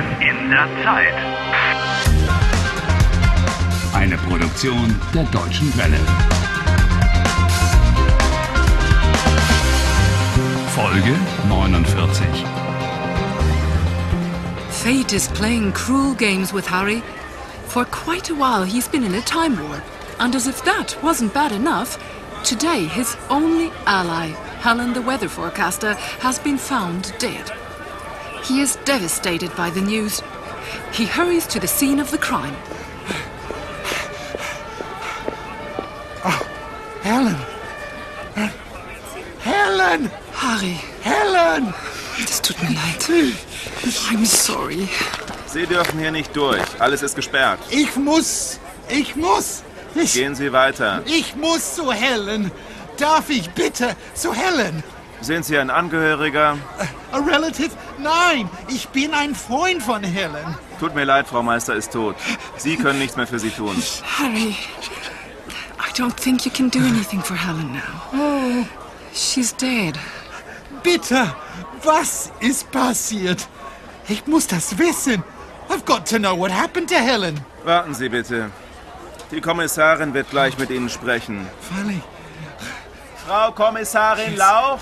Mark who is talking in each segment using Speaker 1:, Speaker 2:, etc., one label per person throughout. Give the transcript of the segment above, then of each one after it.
Speaker 1: seiner Zeit.
Speaker 2: Eine Produktion der Deutschen Welle. Folge 49.
Speaker 3: Fate is playing cruel games with Harry. For quite a while, he's been in a time warp. And as if that wasn't bad enough, today his only ally, Helen the weather forecaster, has been found dead. He is devastated by the news. He hurries to the scene of the crime.
Speaker 4: Helen! Helen!
Speaker 3: Harry,
Speaker 4: Helen!
Speaker 3: es tut mir leid. I'm sorry.
Speaker 5: Sie dürfen hier nicht durch. Alles ist gesperrt.
Speaker 4: Ich muss! Ich muss! Ich,
Speaker 5: Gehen Sie weiter.
Speaker 4: ich muss zu Helen! Darf ich bitte zu Helen?
Speaker 5: Sind Sie ein Angehöriger?
Speaker 4: A relative? Nein, ich bin ein Freund von Helen.
Speaker 5: Tut mir leid, Frau Meister ist tot. Sie können nichts mehr für Sie tun.
Speaker 3: Harry, I don't think you can do anything for Helen now. Oh, She's dead.
Speaker 4: Bitte, was ist passiert? Ich muss das wissen. I've got to know what happened to Helen.
Speaker 5: Warten Sie bitte. Die Kommissarin wird gleich mit Ihnen sprechen.
Speaker 4: Freilich.
Speaker 5: Frau Kommissarin Lauch,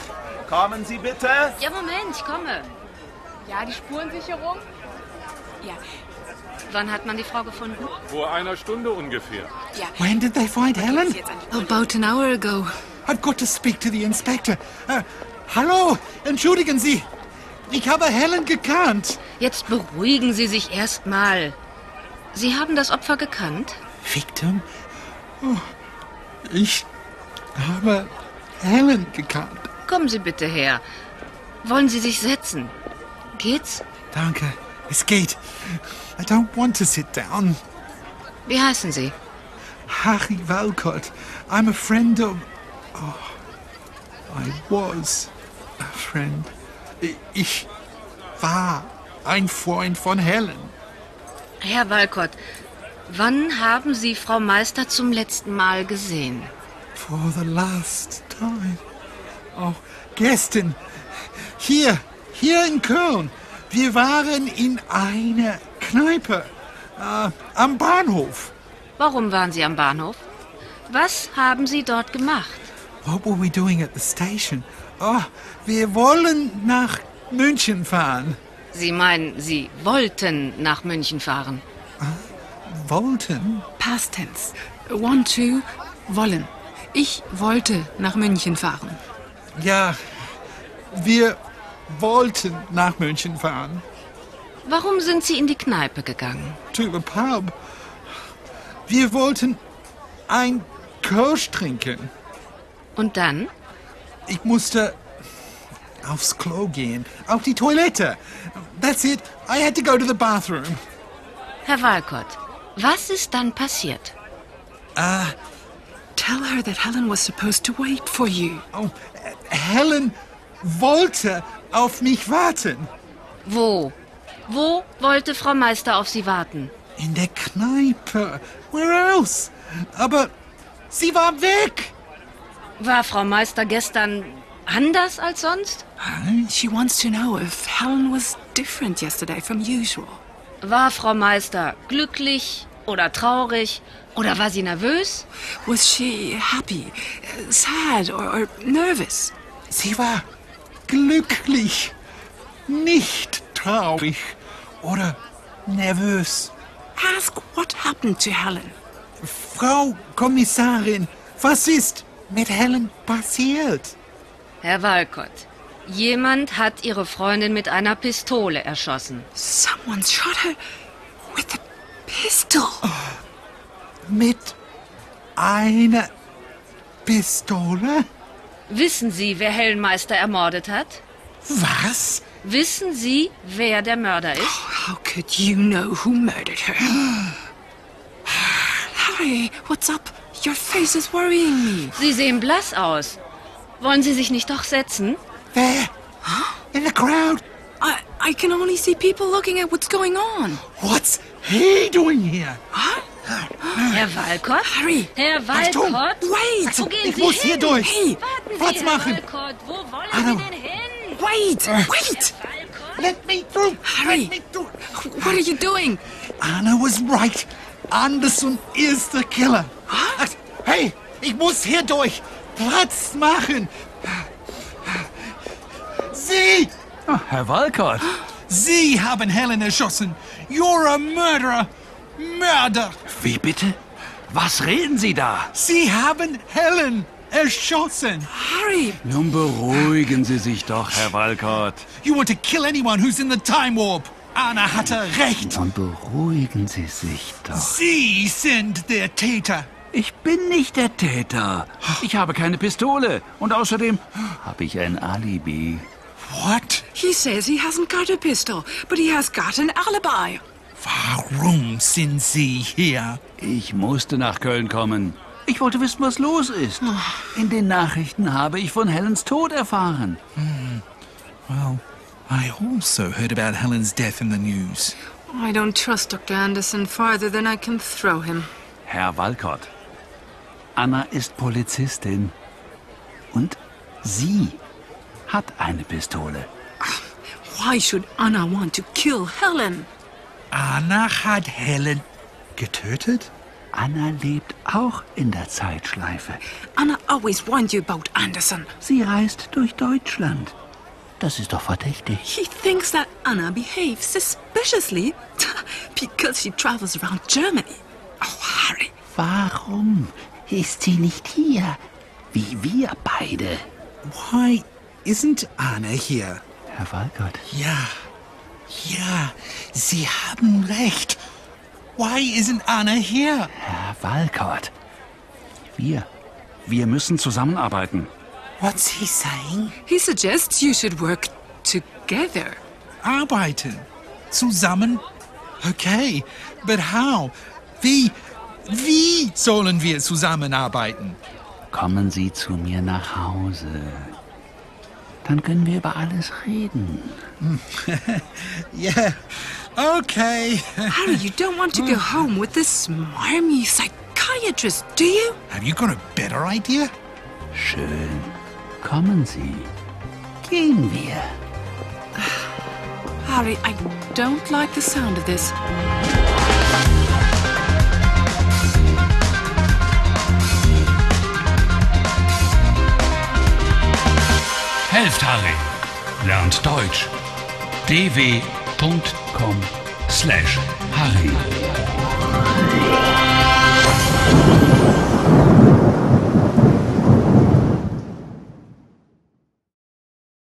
Speaker 5: kommen Sie bitte.
Speaker 6: Ja, Moment, ich komme. Ja, die Spurensicherung? Ja. Wann hat man die Frau gefunden?
Speaker 7: Vor einer Stunde ungefähr.
Speaker 4: When did they find Helen?
Speaker 3: About an hour ago.
Speaker 4: I've got to speak to the inspector. Äh, hallo, entschuldigen Sie. Ich habe Helen gekannt.
Speaker 6: Jetzt beruhigen Sie sich erstmal. Sie haben das Opfer gekannt?
Speaker 4: Victim? Oh, ich habe Helen gekannt.
Speaker 6: Kommen Sie bitte her. Wollen Sie sich setzen? Geht's?
Speaker 4: Danke, es geht. I don't want to sit down.
Speaker 6: Wie heißen Sie?
Speaker 4: Harry Walcott, I'm a friend of... Oh, I was a friend. I- Ich war ein Freund von Helen.
Speaker 6: Herr Walcott, wann haben Sie Frau Meister zum letzten Mal gesehen?
Speaker 4: For the last time. Oh, gestern. Hier, hier in Köln. Wir waren in einer Kneipe. Äh, am Bahnhof.
Speaker 6: Warum waren Sie am Bahnhof? Was haben Sie dort gemacht?
Speaker 4: What were we doing at the station? Oh, wir wollen nach München fahren.
Speaker 6: Sie meinen, Sie wollten nach München fahren.
Speaker 4: Wollten?
Speaker 3: Past tense. One, two, wollen. Ich wollte nach München fahren.
Speaker 4: Ja, wir wollten nach München fahren.
Speaker 6: Warum sind Sie in die Kneipe gegangen?
Speaker 4: To the pub. Wir wollten ein Kirsch trinken.
Speaker 6: Und dann?
Speaker 4: Ich musste aufs Klo gehen, auf die Toilette. That's it. I had to go to the bathroom.
Speaker 6: Herr Walcott, was ist dann passiert?
Speaker 3: Tell her that Helen was supposed to wait for you.
Speaker 4: Oh, Helen wollte auf mich warten.
Speaker 6: Wo? Wo wollte Frau Meister auf Sie warten?
Speaker 4: In der Kneipe. Where else? Aber sie war weg.
Speaker 6: War Frau Meister gestern anders als sonst?
Speaker 3: She wants to know if Helen was different yesterday from usual.
Speaker 6: War Frau Meister glücklich oder traurig? Oder war sie nervös?
Speaker 3: Was she happy, uh, sad, or, or nervous?
Speaker 4: Sie war glücklich, nicht traurig oder nervös.
Speaker 3: Ask what happened to Helen.
Speaker 4: Frau Kommissarin, was ist mit Helen passiert?
Speaker 6: Herr Walcott, jemand hat Ihre Freundin mit einer Pistole erschossen.
Speaker 3: Someone shot her with a pistol.
Speaker 4: Mit einer Pistole?
Speaker 6: Wissen Sie, wer Helen Meister ermordet hat?
Speaker 4: Was?
Speaker 6: Wissen Sie, wer der Mörder ist?
Speaker 3: How could you know who murdered her? Harry, what's up? Your face is worrying me.
Speaker 6: Sie sehen blass aus. Wollen Sie sich nicht doch setzen?
Speaker 4: There, in the crowd.
Speaker 3: I, I can only see people looking at what's going on.
Speaker 4: What's he doing here?
Speaker 3: Huh?
Speaker 6: Herr Walcott?
Speaker 3: Harry!
Speaker 6: Herr
Speaker 4: Achtung!
Speaker 6: Walcott?
Speaker 3: Wait!
Speaker 6: Wo gehen
Speaker 4: ich
Speaker 6: Sie
Speaker 4: muss
Speaker 6: hin?
Speaker 4: hier durch.
Speaker 3: Hey,
Speaker 6: Warten Sie,
Speaker 4: Platz
Speaker 6: Herr
Speaker 4: machen.
Speaker 6: Walcott, wo wollen
Speaker 4: Anna.
Speaker 6: Sie denn hin?
Speaker 3: wait, wait!
Speaker 6: Walcott?
Speaker 4: Let me through!
Speaker 3: Harry!
Speaker 4: Let me through!
Speaker 3: What are you doing?
Speaker 4: Anna was right. Anderson ist der Killer.
Speaker 3: Was?
Speaker 4: Hey, ich muss hier durch. Platz machen. Sie,
Speaker 1: Oh, Herr Walcott,
Speaker 4: Sie haben Helen erschossen. You're a murderer. Mörder.
Speaker 1: wie bitte? Was reden Sie da?
Speaker 4: Sie haben Helen erschossen.
Speaker 3: Harry!
Speaker 1: Nun beruhigen Sie sich doch, Herr Walcott.
Speaker 4: You want to kill anyone who's in the time warp. Anna hatte recht.
Speaker 1: Nun beruhigen Sie sich doch.
Speaker 4: Sie sind der Täter.
Speaker 1: Ich bin nicht der Täter. Ich habe keine Pistole. Und außerdem habe ich ein Alibi.
Speaker 4: What?
Speaker 3: He says he hasn't got a pistol, but he has got an alibi.
Speaker 4: Warum sind Sie hier?
Speaker 1: Ich musste nach Köln kommen. Ich wollte wissen, was los ist. In den Nachrichten habe ich von Helens Tod erfahren.
Speaker 4: Well, I also heard about Helen's death in the news.
Speaker 3: I don't trust Dr. Anderson farther than I can throw him.
Speaker 1: Herr Walcott, Anna ist Polizistin. Und sie hat eine Pistole.
Speaker 3: Why should Anna want to kill Helen?
Speaker 4: Anna hat Helen getötet?
Speaker 1: Anna lebt auch in der Zeitschleife.
Speaker 3: Anna always warned you about Anderson.
Speaker 1: Sie reist durch Deutschland. Das ist doch verdächtig.
Speaker 3: He thinks that Anna behaves suspiciously because she travels around Germany. Oh, Harry.
Speaker 1: Warum ist sie nicht hier? Wie wir beide.
Speaker 4: Why isn't Anna here?
Speaker 1: Herr Walcott.
Speaker 4: Ja, ja, Sie haben recht. Why isn't Anna here?
Speaker 1: Herr Walcott. Wir. Wir müssen zusammenarbeiten.
Speaker 4: What's he saying?
Speaker 3: He suggests you should work together.
Speaker 4: Arbeiten. Zusammen? Okay, but how? Wie, wie sollen wir zusammenarbeiten?
Speaker 1: Kommen Sie zu mir nach Hause. Dann können wir über alles reden.
Speaker 4: Yeah, okay.
Speaker 3: Harry, you don't want to go home with this smarmy psychiatrist, do you?
Speaker 4: Have you got a better idea?
Speaker 1: Schön. Kommen Sie. Gehen wir.
Speaker 3: Harry, I don't like the sound of this.
Speaker 2: Helft Harry. Lernt Deutsch. dw.com slash Harry.